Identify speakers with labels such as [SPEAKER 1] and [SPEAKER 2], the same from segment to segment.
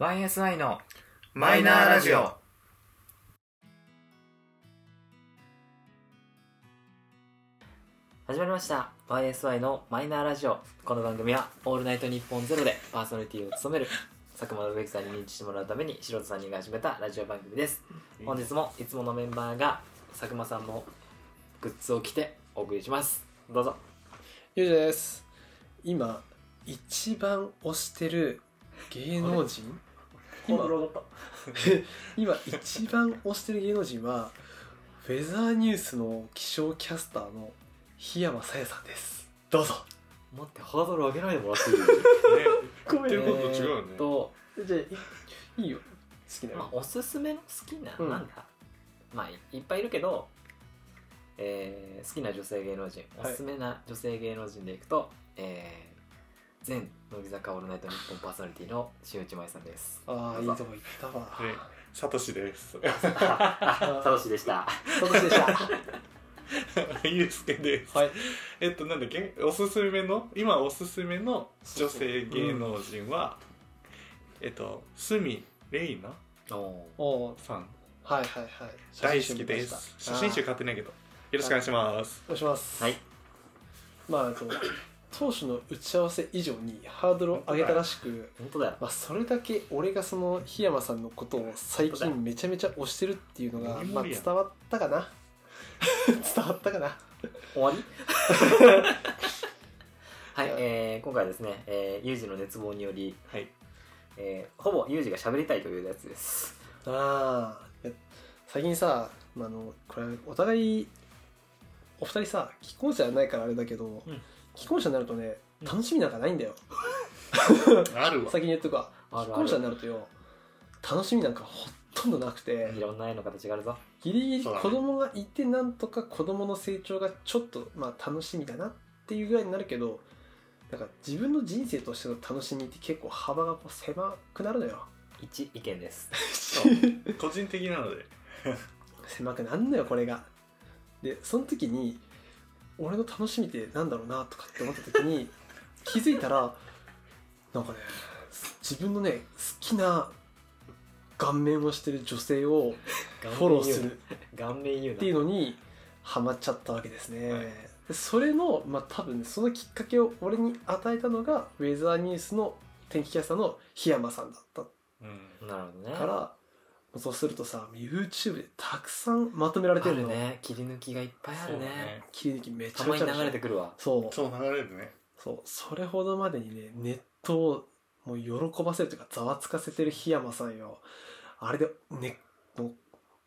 [SPEAKER 1] YSI の
[SPEAKER 2] マイナーラジオ。
[SPEAKER 1] 始まりました YSI のマイナーラジオこの番組は「オールナイトニッポンゼロでパーソナリティを務める佐久間信之さんに認知してもらうために素人さん人が始めたラジオ番組です本日もいつものメンバーが佐久間さんのグッズを着てお送りしますどうぞ
[SPEAKER 3] ゆうじです今一番推してる芸能人今
[SPEAKER 1] ロボット
[SPEAKER 3] 今一番推してる芸能人はフェザーニュースの気象キャスターの檜山さやさんですどうぞ
[SPEAKER 1] 待ってハードル上げないでもらっていい
[SPEAKER 3] ごめ
[SPEAKER 2] ん言 ってること違うよね
[SPEAKER 1] えーっと
[SPEAKER 3] じゃあいいいよ好きな
[SPEAKER 1] まあ
[SPEAKER 3] よ、
[SPEAKER 1] おすすめの好きな、
[SPEAKER 3] うん
[SPEAKER 1] なんだまあいっぱいいるけど、えー好きな女性芸能人お
[SPEAKER 3] はい
[SPEAKER 1] すすめな女性芸能人でいくと、えー前乃木坂オールナイトニッポンパーソナリティの新内舞さん です
[SPEAKER 3] ああいいとこ行ったわ、
[SPEAKER 2] はいサトシです。
[SPEAKER 1] サトシでした
[SPEAKER 3] サトシでした
[SPEAKER 2] ユうスケです。
[SPEAKER 3] はい
[SPEAKER 2] えっと、なんだっけおすすめの、今おすすめの女性芸能人は、えっと、スミ・レイナ
[SPEAKER 1] お
[SPEAKER 3] おお
[SPEAKER 2] さん。
[SPEAKER 3] はいはいはい
[SPEAKER 2] 大好きです。写真集
[SPEAKER 3] か
[SPEAKER 2] 買ってないけど。よろしくお願いします。
[SPEAKER 3] お願いします
[SPEAKER 1] はい
[SPEAKER 3] まああと当初の打ち合わせ以上にハードルを上げたらしく、
[SPEAKER 1] 本当だよ
[SPEAKER 3] まあ、それだけ俺がその檜山さんのことを最近めちゃめちゃ推してるっていうのが、ま
[SPEAKER 2] 無
[SPEAKER 3] あ、
[SPEAKER 2] 理や
[SPEAKER 3] 伝
[SPEAKER 2] ん
[SPEAKER 3] わったかな 伝わったかな
[SPEAKER 1] 終わ りはい、えー今回はですね、えー、ユージの熱望により、
[SPEAKER 2] はい。
[SPEAKER 1] えーほぼユージが喋りたいというやつです
[SPEAKER 3] ああ最近さ、まあ、あのこれお互いお二人さ既婚者じゃないからあれだけど、
[SPEAKER 2] うん
[SPEAKER 3] 既婚者になるとね
[SPEAKER 2] うん
[SPEAKER 3] 楽しみなんかないんだよ、
[SPEAKER 2] あるわ。
[SPEAKER 3] 先に言っとくわ
[SPEAKER 1] あるある
[SPEAKER 3] 既婚者になるとよ楽しみなんかほとんどなくて、
[SPEAKER 1] いろんな絵の形があるぞ
[SPEAKER 3] ギリギリ
[SPEAKER 2] そうだね
[SPEAKER 3] 子供がいてなんとか子供の成長がちょっとまあ楽しみだなっていうぐらいになるけどなんか自分の人生としての楽しみって結構幅がこう狭くなるのよ
[SPEAKER 1] 一意見です
[SPEAKER 2] そう個人的なので。
[SPEAKER 3] 狭くなるのよこれがでその時に俺の楽しみってなんだろうなとかって思った時に気づいたらなんかね自分のね好きな顔面をしてる女性をフォローする
[SPEAKER 1] 顔面言う
[SPEAKER 3] っ
[SPEAKER 1] な
[SPEAKER 3] ていうのにハマっちゃったわけですね、
[SPEAKER 2] はい
[SPEAKER 3] でそれのまあ多分ねそのきっかけを俺に与えたのがウェザーニュースの天気キャスターの檜山さんだった
[SPEAKER 2] うん。
[SPEAKER 1] なるほどね
[SPEAKER 3] から、そうするとさ YouTube でたくさんまとめられて
[SPEAKER 1] あ
[SPEAKER 3] るの
[SPEAKER 1] るね切り抜きがいっぱいあるね
[SPEAKER 3] 切り抜きめち
[SPEAKER 1] た
[SPEAKER 3] ゃめ
[SPEAKER 1] ま
[SPEAKER 3] ちゃ
[SPEAKER 1] に
[SPEAKER 3] ある
[SPEAKER 1] 流れてくるわ
[SPEAKER 3] そう
[SPEAKER 2] そうね。そう、流れるね。
[SPEAKER 3] そうそれほどまでにねネットをもう喜ばせるというかざわつかせてる檜山さんよあれでねもう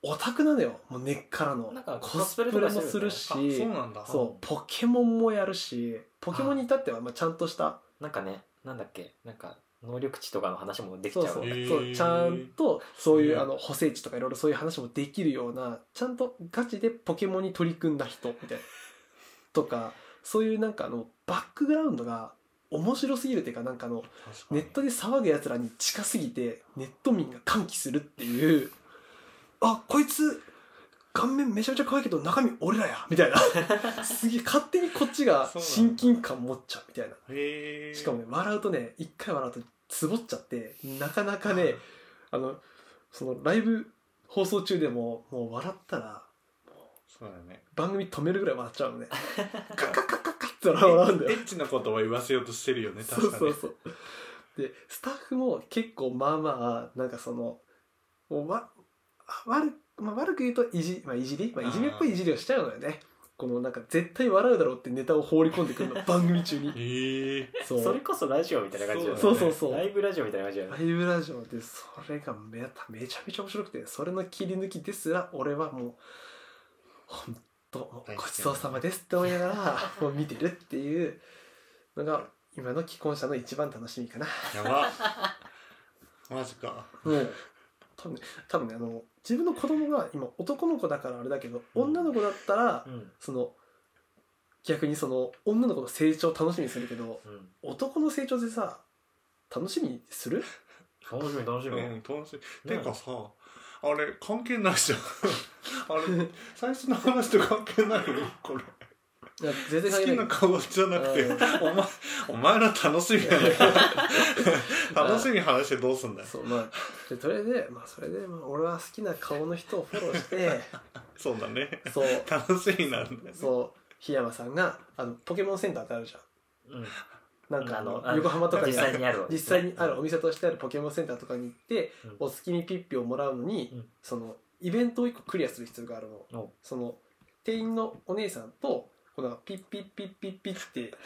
[SPEAKER 3] オタクなのよもう根っからの
[SPEAKER 1] なんか
[SPEAKER 3] コスプレも
[SPEAKER 1] コスプ
[SPEAKER 3] す
[SPEAKER 1] レ
[SPEAKER 3] る
[SPEAKER 1] とか
[SPEAKER 3] し
[SPEAKER 2] あ、そうなんだ。
[SPEAKER 3] そうポケモンもやるしポケモンに至ってはまあちゃんとした
[SPEAKER 1] なんかねなんだっけなんか能力値とかの話もできちゃ
[SPEAKER 3] そううそう
[SPEAKER 2] へー
[SPEAKER 3] そうちゃんとそういう
[SPEAKER 2] うん
[SPEAKER 3] あの補正値とかいろいろそういう話もできるようなちゃんとガチでポケモンに取り組んだ人みたいなとかそういうなんかあのバックグラウンドが面白すぎるっていうかなんかあの
[SPEAKER 2] 確かに
[SPEAKER 3] ネットで騒ぐやつらに近すぎてネット民が歓喜するっていうあこいつ顔面めちゃめちゃ可愛いけど中身俺らやみたいなすげえ勝手にこっちが親近感持っちゃうみたいな
[SPEAKER 2] へー
[SPEAKER 3] しかもね笑うとね一回笑うとつぼっちゃってなかなかねあのそのライブ放送中でももう笑ったら
[SPEAKER 2] そうだね。
[SPEAKER 3] 番組止めるぐらい笑っちゃ うのねカカカカカって笑うんだよ
[SPEAKER 2] エッチなことは言わせようとしてるよね、
[SPEAKER 3] そ
[SPEAKER 2] 確
[SPEAKER 3] う
[SPEAKER 2] かに。
[SPEAKER 3] そうそうでスタッフも結構まあまあなんかそのもうわ悪,、まあ、悪く言うといじ,、まあ、いじり、まあ、いじめっぽいいじりをしちゃうのよねこのなんか絶対笑うだろうってネタを放り込んでくる の番組中に
[SPEAKER 2] へえ。
[SPEAKER 3] そう
[SPEAKER 1] それこそラジオみたいな感じだよね
[SPEAKER 3] そうそうそう
[SPEAKER 1] ライブラジオみたいな感じだよ
[SPEAKER 3] ラ
[SPEAKER 1] ね
[SPEAKER 3] イブラジオでそれがめためちゃめちゃ面白くてそれの切り抜きですら俺はもう本当もう
[SPEAKER 2] 大好き
[SPEAKER 3] ごちそうさまですって思いながらもう見てるっていうのが今の既婚者の一番楽しみかな
[SPEAKER 2] やば。マジか。
[SPEAKER 3] もう多分ね多分ねあの自分の子供が今男の子だからあれだけど、
[SPEAKER 1] うん
[SPEAKER 3] 女の子だったら
[SPEAKER 1] うん
[SPEAKER 3] その逆にその女の子の成長を楽しみにするけど
[SPEAKER 1] うん
[SPEAKER 3] 男の成長でさ楽しみにする
[SPEAKER 1] 楽しみ楽し
[SPEAKER 2] う
[SPEAKER 1] み
[SPEAKER 2] ん、楽しい。てかさ、あれ、関係ないじゃん。あれ、最初の話と関係ないのこれ。
[SPEAKER 3] いや全
[SPEAKER 2] 好き
[SPEAKER 3] 然関係な
[SPEAKER 2] ない顔じゃなくて、
[SPEAKER 3] うん
[SPEAKER 2] お前お前ら楽しみやね楽しみ話してどうすんだよ
[SPEAKER 3] そうまあでそれでまあそれで、まあ、俺は好きな顔の人をフォローして
[SPEAKER 2] そうだね
[SPEAKER 3] そう
[SPEAKER 2] 楽しみなんだよね
[SPEAKER 3] そう檜山さんがあのポケモンセンターってあるじゃ
[SPEAKER 1] う
[SPEAKER 3] ん
[SPEAKER 1] ん
[SPEAKER 3] なんかあ
[SPEAKER 1] う
[SPEAKER 3] の
[SPEAKER 1] んあの
[SPEAKER 3] 横浜とか
[SPEAKER 1] 実
[SPEAKER 3] にあ
[SPEAKER 1] 際
[SPEAKER 3] る
[SPEAKER 1] にあるわ
[SPEAKER 3] 実際にあるお店としてあるポケモンセンターとかに行って、
[SPEAKER 1] うん
[SPEAKER 3] お月見ピッピをもらうのに、
[SPEAKER 1] うん
[SPEAKER 3] そのイベントを1個クリアする必要があるの、
[SPEAKER 1] お
[SPEAKER 3] その店員のお姉さんとこのピッピッピッピッピッって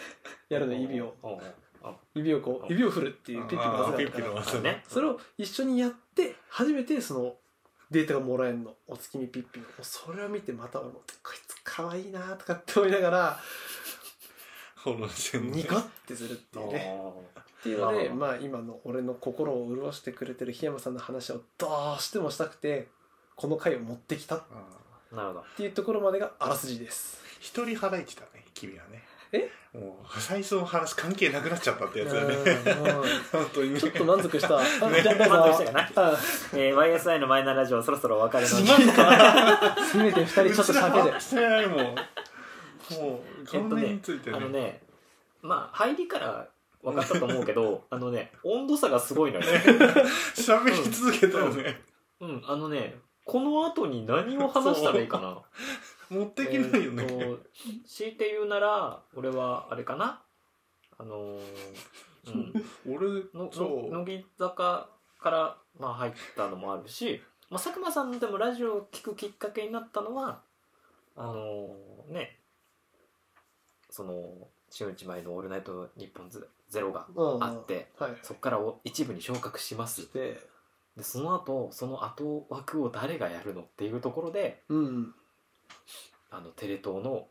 [SPEAKER 3] やるの指を
[SPEAKER 1] おうおうおう
[SPEAKER 3] 指をこう指を振るっていうピッピの技
[SPEAKER 2] あーピ
[SPEAKER 3] だ
[SPEAKER 2] ッ
[SPEAKER 3] か
[SPEAKER 2] ピの
[SPEAKER 3] ら
[SPEAKER 2] 技だ
[SPEAKER 1] ね
[SPEAKER 3] それを一緒にやって初めてそのデータがもらえるのお月見ピッピのもうそれを見てまた俺もこいつ可愛いなとかって思いながら
[SPEAKER 2] フォローしてんね
[SPEAKER 3] ニコってするっていうね
[SPEAKER 1] おう
[SPEAKER 3] っていうので、
[SPEAKER 1] まあ
[SPEAKER 3] まあ、今の俺の心を潤してくれてる檜山さんの話をどうしてもしたくてこの回を持ってきたっ
[SPEAKER 2] うん
[SPEAKER 1] なるほど
[SPEAKER 3] ていうところまでがあらすじです
[SPEAKER 2] 一人払いてたね君はね
[SPEAKER 3] え
[SPEAKER 2] もう最初の話関係なくなっちゃったってやつだね
[SPEAKER 3] うんう
[SPEAKER 2] 本当に
[SPEAKER 3] ん
[SPEAKER 2] ね
[SPEAKER 3] ちょっと満足した あ
[SPEAKER 2] ね
[SPEAKER 3] だから
[SPEAKER 1] 満足したかな
[SPEAKER 3] あ
[SPEAKER 1] えー YSI のマイナーラジオそろそろお別れの
[SPEAKER 2] し
[SPEAKER 1] 時
[SPEAKER 2] ま
[SPEAKER 1] 間
[SPEAKER 2] った
[SPEAKER 3] せめて2人ちょっと喋
[SPEAKER 2] うちら
[SPEAKER 3] る
[SPEAKER 2] 話してないもん
[SPEAKER 1] えっ
[SPEAKER 2] もう
[SPEAKER 1] とね
[SPEAKER 2] 顔面についてね,、
[SPEAKER 1] あのねまあ入りから分かったと思うけど あのね温度差がすごい のよ、
[SPEAKER 2] 喋り続けたよね、
[SPEAKER 1] うん、あのねこの後に何を話したらいいかな
[SPEAKER 2] 持ってきないよね、
[SPEAKER 1] えーと強いて言うなら俺はあれかなあのーうん、
[SPEAKER 2] 俺
[SPEAKER 1] のの
[SPEAKER 2] そう
[SPEAKER 1] 乃木坂から、まあ、入ったのもあるし、まあ、佐久間さんのでもラジオを聞くきっかけになったのはあのーねその新内前の「オールナイトニッポンゼロが
[SPEAKER 3] うん
[SPEAKER 1] あって
[SPEAKER 3] はい
[SPEAKER 1] そこからお一部に昇格します
[SPEAKER 3] で
[SPEAKER 1] でその後その後枠を誰がやるのっていうところで
[SPEAKER 3] うん
[SPEAKER 1] あのテレ東の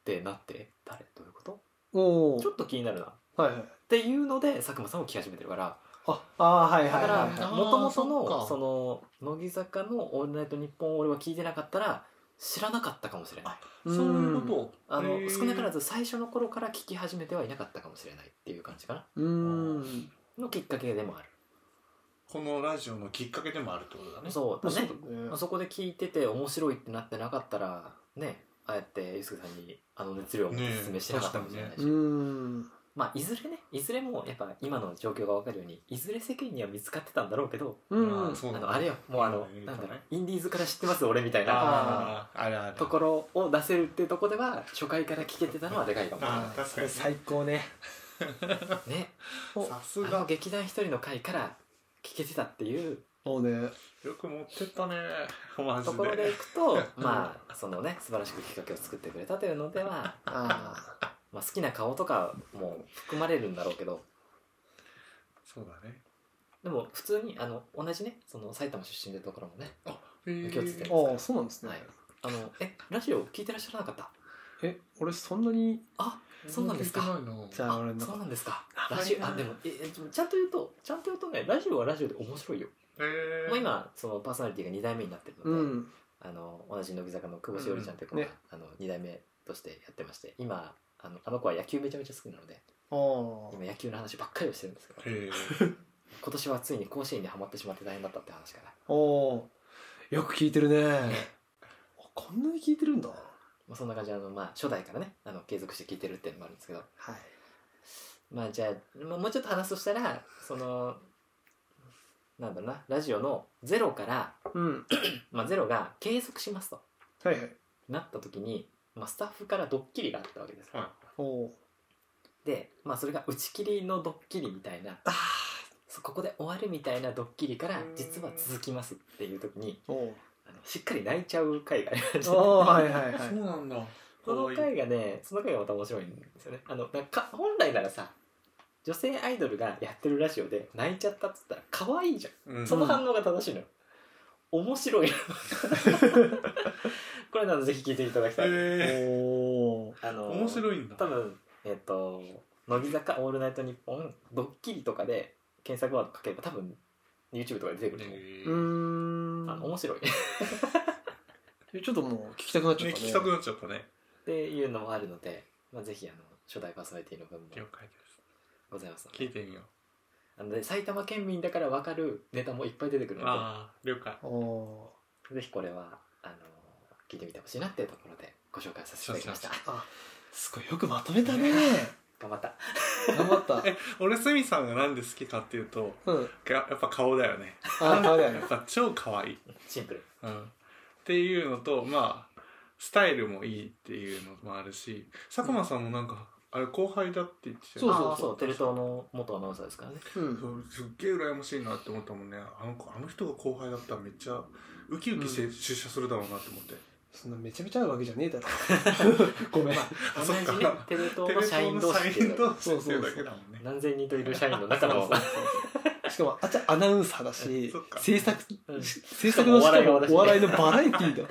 [SPEAKER 1] ってなって誰どういうこと
[SPEAKER 3] おお
[SPEAKER 1] ちょっと気になるなっ
[SPEAKER 3] はいはい
[SPEAKER 1] ていうので佐久間さんを聞き始めてるから
[SPEAKER 3] ああーはい
[SPEAKER 1] だ
[SPEAKER 3] はい
[SPEAKER 1] か
[SPEAKER 3] は
[SPEAKER 1] ら
[SPEAKER 3] いは
[SPEAKER 1] もともと
[SPEAKER 2] あーそっ
[SPEAKER 1] の
[SPEAKER 2] か
[SPEAKER 1] その乃木坂の「オールナイトニッポン」を俺は聞いてなかったら知らなかったかもしれない
[SPEAKER 3] い
[SPEAKER 2] そういうこと
[SPEAKER 1] あ
[SPEAKER 2] へ
[SPEAKER 1] の
[SPEAKER 2] ー
[SPEAKER 1] 少なからず最初の頃から聞き始めてはいなかったかもしれないっていう感じかな
[SPEAKER 3] うんうん
[SPEAKER 1] のきっかけでもある
[SPEAKER 2] このラジオのきっかけでもあるってことだね
[SPEAKER 1] そうだね
[SPEAKER 3] ね
[SPEAKER 1] まあそこで聞いてて面白いってなってなかったらねああやってゆうすけさんにあの熱量をお勧めしてなかったかもしれないし、
[SPEAKER 3] うん
[SPEAKER 1] まあいずれねいずれもやっぱ今の状況が分かるようにいずれ世間には見つかってたんだろうけど
[SPEAKER 3] うん
[SPEAKER 2] まあ
[SPEAKER 1] あ
[SPEAKER 2] そうだね
[SPEAKER 1] のあれよもうあの
[SPEAKER 2] うん
[SPEAKER 1] なんだろうインディーズから知ってます俺みたいな
[SPEAKER 2] あああれあれ
[SPEAKER 1] ところを出せるっていうところでは初回から聞けてたのはでかいかもし
[SPEAKER 2] あー確かに
[SPEAKER 3] 最高ね
[SPEAKER 1] れないね
[SPEAKER 3] お
[SPEAKER 2] さす
[SPEAKER 1] あの
[SPEAKER 2] が
[SPEAKER 1] 劇団一人の回から聞けてたっていう
[SPEAKER 3] もうね
[SPEAKER 2] よく持ってったねマジ
[SPEAKER 1] と
[SPEAKER 2] で
[SPEAKER 1] ころでいくとまあそのね素晴らしくきっかけを作ってくれたというので は
[SPEAKER 3] ああ
[SPEAKER 1] まあ、好きな顔とかも含まれるんだろうけど
[SPEAKER 2] そうだね
[SPEAKER 1] でも普通にあの同じねその埼玉出身というところもね
[SPEAKER 2] あへー
[SPEAKER 1] 共通点
[SPEAKER 3] ああそうなんですね、
[SPEAKER 1] はいあのえラジオ聞いてらっしゃらなかった
[SPEAKER 3] え俺そんなに
[SPEAKER 1] あそうなんですか
[SPEAKER 2] 聞いてないな
[SPEAKER 3] じゃあ
[SPEAKER 1] あ
[SPEAKER 3] 俺の
[SPEAKER 1] そうなんですか
[SPEAKER 2] あ
[SPEAKER 1] ラジオ
[SPEAKER 2] はい
[SPEAKER 1] あでもええちゃんと言うとちゃんと言うとねラジオはラジオで面白いよ、
[SPEAKER 2] えー
[SPEAKER 1] まあ、今そのパーソナリティが2代目になってるので、
[SPEAKER 3] うん
[SPEAKER 1] あの同じ乃木坂の久保しおりちゃんという子が、
[SPEAKER 3] うんね
[SPEAKER 1] あの2代目としてやってまして今あのあの子は野球めちゃめちゃ好きなので
[SPEAKER 3] ああ
[SPEAKER 1] 今野球の話ばっかりをしてるんですけど
[SPEAKER 2] へ
[SPEAKER 1] 今年はついに甲子園にはまってしまって大変だったって話から
[SPEAKER 3] おーよく聞いてるねあこんなに聞いてるんだ
[SPEAKER 1] まあ、そんな感じであの、まあ、初代からねあの継続して聞いてるっていうのもあるんですけど、
[SPEAKER 3] はい
[SPEAKER 1] まあ、じゃあ、まあ、もうちょっと話すとしたらそのなんだろうなラジオのゼロから、
[SPEAKER 3] うん
[SPEAKER 1] まあ、ゼロが継続しますと
[SPEAKER 3] はいはい
[SPEAKER 1] なった時に、まあ、スタッフからドッキリがあったわけです、
[SPEAKER 2] は
[SPEAKER 3] おお
[SPEAKER 1] で、まあ、それが打ち切りのドッキリみたいな
[SPEAKER 3] あ
[SPEAKER 1] そここで終わるみたいなドッキリから
[SPEAKER 2] うん
[SPEAKER 1] 実は続きますっていう時に
[SPEAKER 3] おお
[SPEAKER 1] あのしっかり泣いちゃう回がありまし
[SPEAKER 3] ー
[SPEAKER 1] た
[SPEAKER 3] はいはい
[SPEAKER 2] い
[SPEAKER 3] は
[SPEAKER 2] そうなんだ
[SPEAKER 1] その回がねその回がまた面白いんですよねあのなんか本来ならさ女性アイドルがやってるラジオで泣いちゃったっつったら可愛いじゃん
[SPEAKER 2] うん
[SPEAKER 1] その反応が正しいのよ、面白い これなのでぜひ聞いていただきたい、
[SPEAKER 2] へ
[SPEAKER 3] いおお
[SPEAKER 1] あの
[SPEAKER 2] ー面白いんだ
[SPEAKER 1] 多分えっ、と「乃木坂オールナイトニッポン」ドッキリとかで検索ワードかければ多分 YouTube とかで出てくると思う、
[SPEAKER 3] うー
[SPEAKER 2] ね
[SPEAKER 3] ん
[SPEAKER 1] あの面白いっ
[SPEAKER 3] ちょっともう聞きたくなっち
[SPEAKER 2] 聞
[SPEAKER 3] ゃったね
[SPEAKER 2] きたくなっちゃったね
[SPEAKER 1] ていうのもあるので、まあ、ぜひあの初代パーソナリティの分も
[SPEAKER 2] 了解です
[SPEAKER 1] ございますので
[SPEAKER 2] 聞いてみよう
[SPEAKER 1] あのね埼玉県民だから分かるネタもいっぱい出てくるの
[SPEAKER 2] ああ了解
[SPEAKER 3] おお
[SPEAKER 1] でぜひこれはあの聞いてみてほしいなっていうところでご紹介させていただきました
[SPEAKER 3] あすごいよくまとめたね
[SPEAKER 1] 頑張った
[SPEAKER 3] 頑張った
[SPEAKER 2] え俺スミさんがなんで好きかっていうと
[SPEAKER 3] うん
[SPEAKER 2] ややっぱ顔だよね
[SPEAKER 3] あ可愛いだよ
[SPEAKER 2] や
[SPEAKER 3] ね
[SPEAKER 2] っぱ超可愛い、
[SPEAKER 1] シンプル
[SPEAKER 2] うん、っていうのとまあスタイルもいいっていうのもあるし佐久間さんもなんかあれ後輩だって言ってたよ
[SPEAKER 3] そう
[SPEAKER 2] ね
[SPEAKER 3] そう
[SPEAKER 1] あーそうテレ東の元アナウンサーですからね
[SPEAKER 3] うん
[SPEAKER 2] そうすっげえ羨ましいなって思ったもんねあの子あの人が後輩だったらめっちゃウキウキして出社するだろうなって思って、
[SPEAKER 3] そんなめちゃめちゃあるわけじゃねえ だろごめん
[SPEAKER 1] 同
[SPEAKER 2] そ
[SPEAKER 1] じ
[SPEAKER 2] っか
[SPEAKER 1] ねテレ東の社員同士って
[SPEAKER 2] テレ
[SPEAKER 1] いう
[SPEAKER 2] 東の
[SPEAKER 1] のが
[SPEAKER 2] 社員同士っていうだけだもんね
[SPEAKER 1] 何千人といる社員の中の
[SPEAKER 3] しかもあっちゃアナウンサーだし
[SPEAKER 2] そっか
[SPEAKER 3] 制作
[SPEAKER 1] うん
[SPEAKER 3] 制作のしか
[SPEAKER 1] お
[SPEAKER 3] もお笑
[SPEAKER 1] 笑
[SPEAKER 3] い
[SPEAKER 1] い
[SPEAKER 3] のバラエテ ィーだ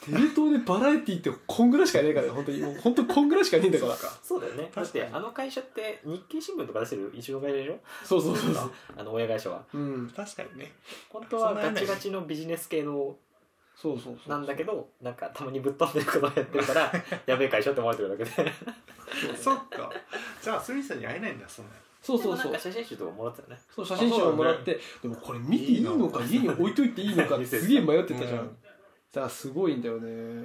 [SPEAKER 3] テレ東でバラエティーってこんぐらいしかねえからね本当にもう本当こんぐらいしかねえんだか
[SPEAKER 2] そ
[SPEAKER 3] ら
[SPEAKER 2] うか
[SPEAKER 1] そうだよねだっ
[SPEAKER 2] 確かに
[SPEAKER 1] てあの会社って日経新聞とか出してる一応会社でしょ
[SPEAKER 3] そうそうそうそう
[SPEAKER 1] あの親会社は
[SPEAKER 3] うん
[SPEAKER 2] 確かにね
[SPEAKER 1] 本当はガチガチのビジネス系の
[SPEAKER 3] そうそうそう
[SPEAKER 1] なんだけどなんかたまにぶっ飛んでることをやってるからやべえ会社って思われてるだけで
[SPEAKER 2] そっかじゃあスミさんに会えないんだそんな
[SPEAKER 3] そうそう
[SPEAKER 1] で
[SPEAKER 3] そ
[SPEAKER 1] もなん
[SPEAKER 3] う
[SPEAKER 1] か写真集とかもらってたよね
[SPEAKER 3] そう写真集をもらって、でもこれ見ていいのか家に置いとい ていいのかすげえ迷ってたじゃん、
[SPEAKER 2] うん
[SPEAKER 3] だからすごいんだよね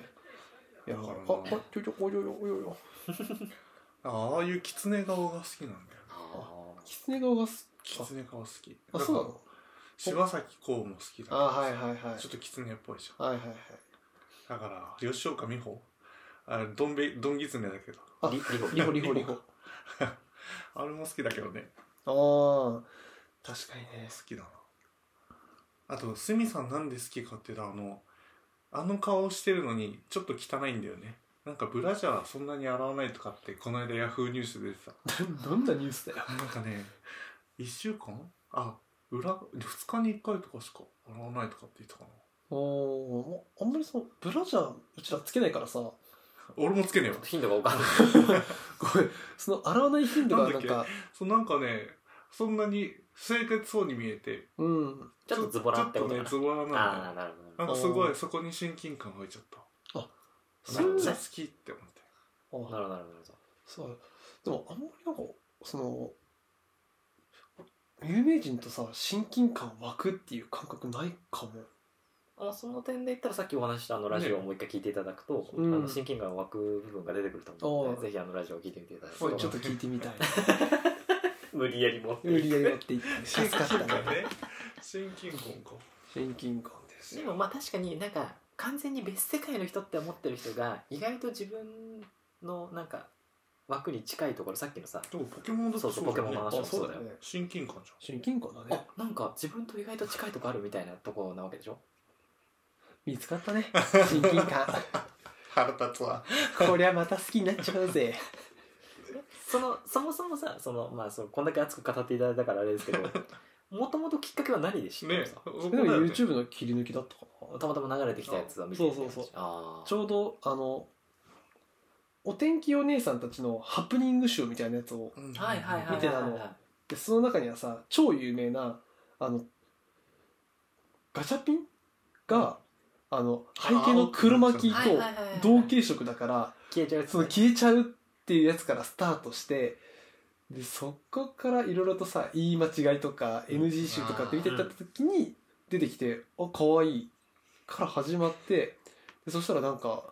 [SPEAKER 3] いや
[SPEAKER 2] だ
[SPEAKER 3] あ
[SPEAKER 2] からね
[SPEAKER 3] あちょいちょいおいおいおいおいおい
[SPEAKER 2] ああいう狐顔が好きなんだよ
[SPEAKER 3] キツネ顔がす
[SPEAKER 2] 狐顔好き
[SPEAKER 3] あそうな
[SPEAKER 2] だから
[SPEAKER 3] の
[SPEAKER 2] 柴咲コウも好きだ
[SPEAKER 3] あはいはいはい
[SPEAKER 2] ちょっと狐っぽいじ
[SPEAKER 3] はいはいはい
[SPEAKER 2] ゃんだから吉岡美穂あれどんべどんぎつねだけど
[SPEAKER 3] あ
[SPEAKER 1] リリホ
[SPEAKER 3] リホリホリホ
[SPEAKER 2] あれも好きだけどね
[SPEAKER 3] ああ確かにね
[SPEAKER 2] 好きだなあとスミさんなんで好きかっていうとあのあの顔してるのにちょっと汚いんだよねなんかブラジャーそんなに洗わないとかってこの間ヤフーニュースで出て
[SPEAKER 3] ど どんなニュースだよ
[SPEAKER 2] たなんかね1週間あ裏2日に1回とかしか洗わないとかって言ってたかな
[SPEAKER 3] おおあんまりそのブラジャーうちらつけないからさご
[SPEAKER 2] 俺もつけねえわ
[SPEAKER 1] 頻度が分かんない
[SPEAKER 3] めんその洗わない頻度がなん
[SPEAKER 2] なんだ
[SPEAKER 3] か
[SPEAKER 2] そうなんかねそんなに清潔そうに見えて
[SPEAKER 3] うん
[SPEAKER 1] ちょっとズボラって
[SPEAKER 2] ちょ
[SPEAKER 1] こ
[SPEAKER 2] っ
[SPEAKER 1] とか
[SPEAKER 2] とね
[SPEAKER 1] な
[SPEAKER 2] ズボラなんだ
[SPEAKER 1] ああ
[SPEAKER 2] よ
[SPEAKER 1] なるほ
[SPEAKER 2] なん
[SPEAKER 1] ど
[SPEAKER 2] かすごいそこに親近感が湧いちゃった
[SPEAKER 3] そん
[SPEAKER 2] めっちゃ
[SPEAKER 3] な
[SPEAKER 2] 好きって思って
[SPEAKER 1] な
[SPEAKER 3] あ
[SPEAKER 1] るほどなるほど
[SPEAKER 3] そうでもあんまりなんかその有名人とさ親近感湧くっていう感覚ないかも
[SPEAKER 1] あその点で言ったらさっきお話ししたあのラジオをもう一回聞いていただくと、
[SPEAKER 3] うん
[SPEAKER 1] あの親近感が湧く部分が出てくると思うの
[SPEAKER 3] おう
[SPEAKER 1] で、ぜひあのラジオを聞いてみていただく
[SPEAKER 2] そ
[SPEAKER 1] と
[SPEAKER 2] う
[SPEAKER 3] ちょっと聞いてみたい
[SPEAKER 1] 無理やり持って
[SPEAKER 3] 無理やりやっ
[SPEAKER 1] い
[SPEAKER 3] ていった助かったね
[SPEAKER 2] ね親近感か
[SPEAKER 3] 親近感です
[SPEAKER 1] くで
[SPEAKER 3] よ
[SPEAKER 1] もまあ確かになんか完全に別世界の人って思ってる人が意外と自分のなんか枠に近いところさっきのさ
[SPEAKER 2] でもポケモンだ
[SPEAKER 1] そうそうポケモンの
[SPEAKER 2] ね
[SPEAKER 1] 話もそうだよ
[SPEAKER 2] 親近感じ
[SPEAKER 3] 親近感だね
[SPEAKER 1] あなんか自分と意外と近いとこあるみたいなとこなわけでしょ
[SPEAKER 3] 見つかったね親近 感
[SPEAKER 2] ゃん腹立つわ
[SPEAKER 3] こりゃまた好きになっちゃうぜ
[SPEAKER 1] そのそもそもさそのまあそのこんだけ熱く語っていただいたからあれですけど もともときっかけは何で知って
[SPEAKER 2] ね
[SPEAKER 1] るさ、
[SPEAKER 2] そこ
[SPEAKER 3] で
[SPEAKER 2] だ
[SPEAKER 3] も
[SPEAKER 2] よね
[SPEAKER 3] YouTube の切り抜きだったかな
[SPEAKER 1] たまたま流れてきたやつは見て
[SPEAKER 3] あそうそうそう
[SPEAKER 1] あー
[SPEAKER 3] ちょうどあのお天気お姉さんたちのハプニング集みたいなやつを
[SPEAKER 2] うん
[SPEAKER 1] はいはいはいはいはい
[SPEAKER 3] 見てたのでその中にはさ超有名なあのガチャピンがあの背景の黒巻きと
[SPEAKER 1] はいはいはいはい
[SPEAKER 3] 同系色だから
[SPEAKER 1] 消えちゃうやつ
[SPEAKER 3] その
[SPEAKER 1] ね
[SPEAKER 3] 消えちゃうっていうやつからスタートしてでそこからいろいろとさ言い間違いとか NG 集とかって見てた時に出てきて「あ可愛いから始まってでそしたらなんか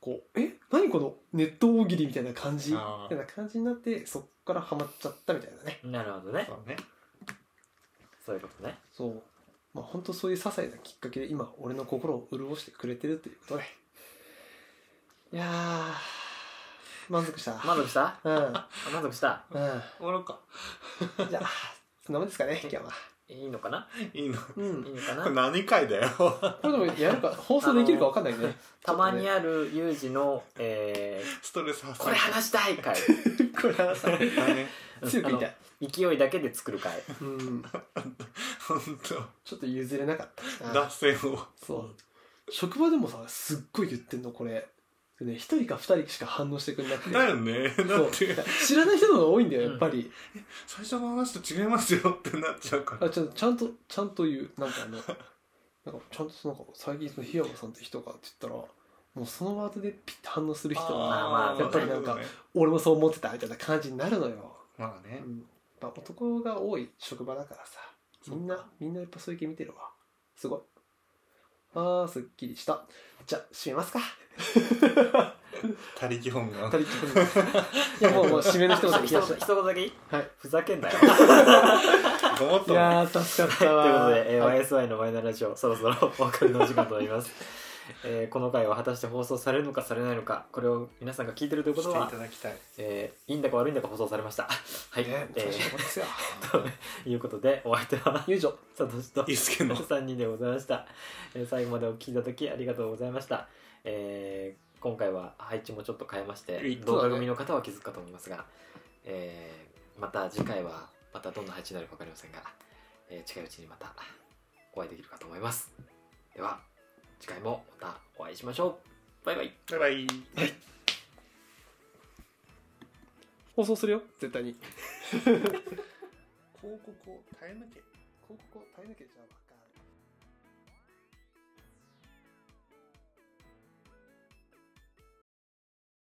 [SPEAKER 3] こう「え何このネット大喜利」みたいな感じみ
[SPEAKER 2] あー
[SPEAKER 3] たいな感じになってそこからハマっちゃったみたいなね。
[SPEAKER 1] なるほどね
[SPEAKER 2] そうね
[SPEAKER 1] そういうことね
[SPEAKER 3] そう。まあ本当そういう些細なきっかけで今俺の心を潤してくれてるということで。いやー、満足した。
[SPEAKER 1] 満足した
[SPEAKER 3] うん。うん。
[SPEAKER 1] 満足した
[SPEAKER 2] 終わろうか
[SPEAKER 3] じゃあ、そんなもんですかね、今日は。
[SPEAKER 1] いいのかない
[SPEAKER 2] いの
[SPEAKER 3] う
[SPEAKER 1] いい
[SPEAKER 3] ん。
[SPEAKER 1] のか
[SPEAKER 2] これ
[SPEAKER 1] な
[SPEAKER 2] 何回だよ
[SPEAKER 3] これでもやるか、放送できるか分かんないね。
[SPEAKER 1] たまに
[SPEAKER 3] や
[SPEAKER 1] あるユージの、え
[SPEAKER 2] ストレス発
[SPEAKER 1] ー、これ話したい回
[SPEAKER 3] る。これはさ、
[SPEAKER 2] だね
[SPEAKER 3] 強く言いたい。
[SPEAKER 1] 勢いだけで作る回
[SPEAKER 3] うん。
[SPEAKER 2] 本
[SPEAKER 3] ちょっと譲れなかった
[SPEAKER 2] 当
[SPEAKER 3] な。
[SPEAKER 2] 脱線を
[SPEAKER 3] そう。職場でもさ、すっごい言ってんの、これ。でね、一人か二人しか反応してくれなくて。
[SPEAKER 2] だよねだ
[SPEAKER 3] そ
[SPEAKER 2] っ
[SPEAKER 3] う
[SPEAKER 2] て
[SPEAKER 3] 知らない人の方が多いんだよ、やっぱり。
[SPEAKER 2] 最初の話と違いますよってなっちゃうから
[SPEAKER 3] あちゃんちゃんとちゃんと言うなんかあのなんかちゃんとそのなんか最近その檜山さんって人がって言ったらもうそのワードでピッて反応する人
[SPEAKER 1] あ
[SPEAKER 3] は
[SPEAKER 1] まあやっぱり
[SPEAKER 3] なんか
[SPEAKER 2] そういうこ
[SPEAKER 3] 俺もそう思ってたみたいな感じになるのよ、
[SPEAKER 2] とねまあ
[SPEAKER 3] う
[SPEAKER 2] ね
[SPEAKER 3] ん、やっぱ男が多い職場だからさみんなみんなやっぱそういう系見てるわすごいあーすっきりしたじゃあ締めますか
[SPEAKER 2] 他力本願
[SPEAKER 3] 二人きりいやもうもう締めの一言で
[SPEAKER 1] 一
[SPEAKER 3] 来まし
[SPEAKER 1] 言だけいい
[SPEAKER 3] たはい
[SPEAKER 1] ふざけんなよ
[SPEAKER 2] ごもっ
[SPEAKER 3] い
[SPEAKER 2] とも
[SPEAKER 3] やー助かっ
[SPEAKER 1] という
[SPEAKER 3] た
[SPEAKER 1] こ
[SPEAKER 3] わ
[SPEAKER 1] とで、えー
[SPEAKER 3] はい
[SPEAKER 1] YSY のマイナーラジオそろそろお別れのお時間となります、 えーこの回は果たして放送されるのかされないのかこれを皆さんが聞いてるというこ
[SPEAKER 2] して
[SPEAKER 1] と
[SPEAKER 2] い
[SPEAKER 1] は
[SPEAKER 2] た、だきたい
[SPEAKER 1] えーいいんだか悪いんだか放送されましたはい、
[SPEAKER 3] ね
[SPEAKER 1] え
[SPEAKER 3] 難しいとこですよ
[SPEAKER 1] ーということでお相手は
[SPEAKER 3] 友情
[SPEAKER 1] サトシと
[SPEAKER 2] 伊助の
[SPEAKER 1] 3人でございました、えー最後までお聞きいただきありがとうございました、えー今回は配置もちょっと変えまして
[SPEAKER 2] い
[SPEAKER 1] 動画組の方は気づくかと思いますが、えーまた次回はまたどんな配置になるか分かりませんが、えー近いうちにまたお会いできるかと思いますでは次回もまたお会いしましょうバイバイ
[SPEAKER 2] バイバイ
[SPEAKER 3] 放送するよ絶対に
[SPEAKER 2] 広告を耐え抜け
[SPEAKER 3] 広告を耐えなきゃじゃあばっか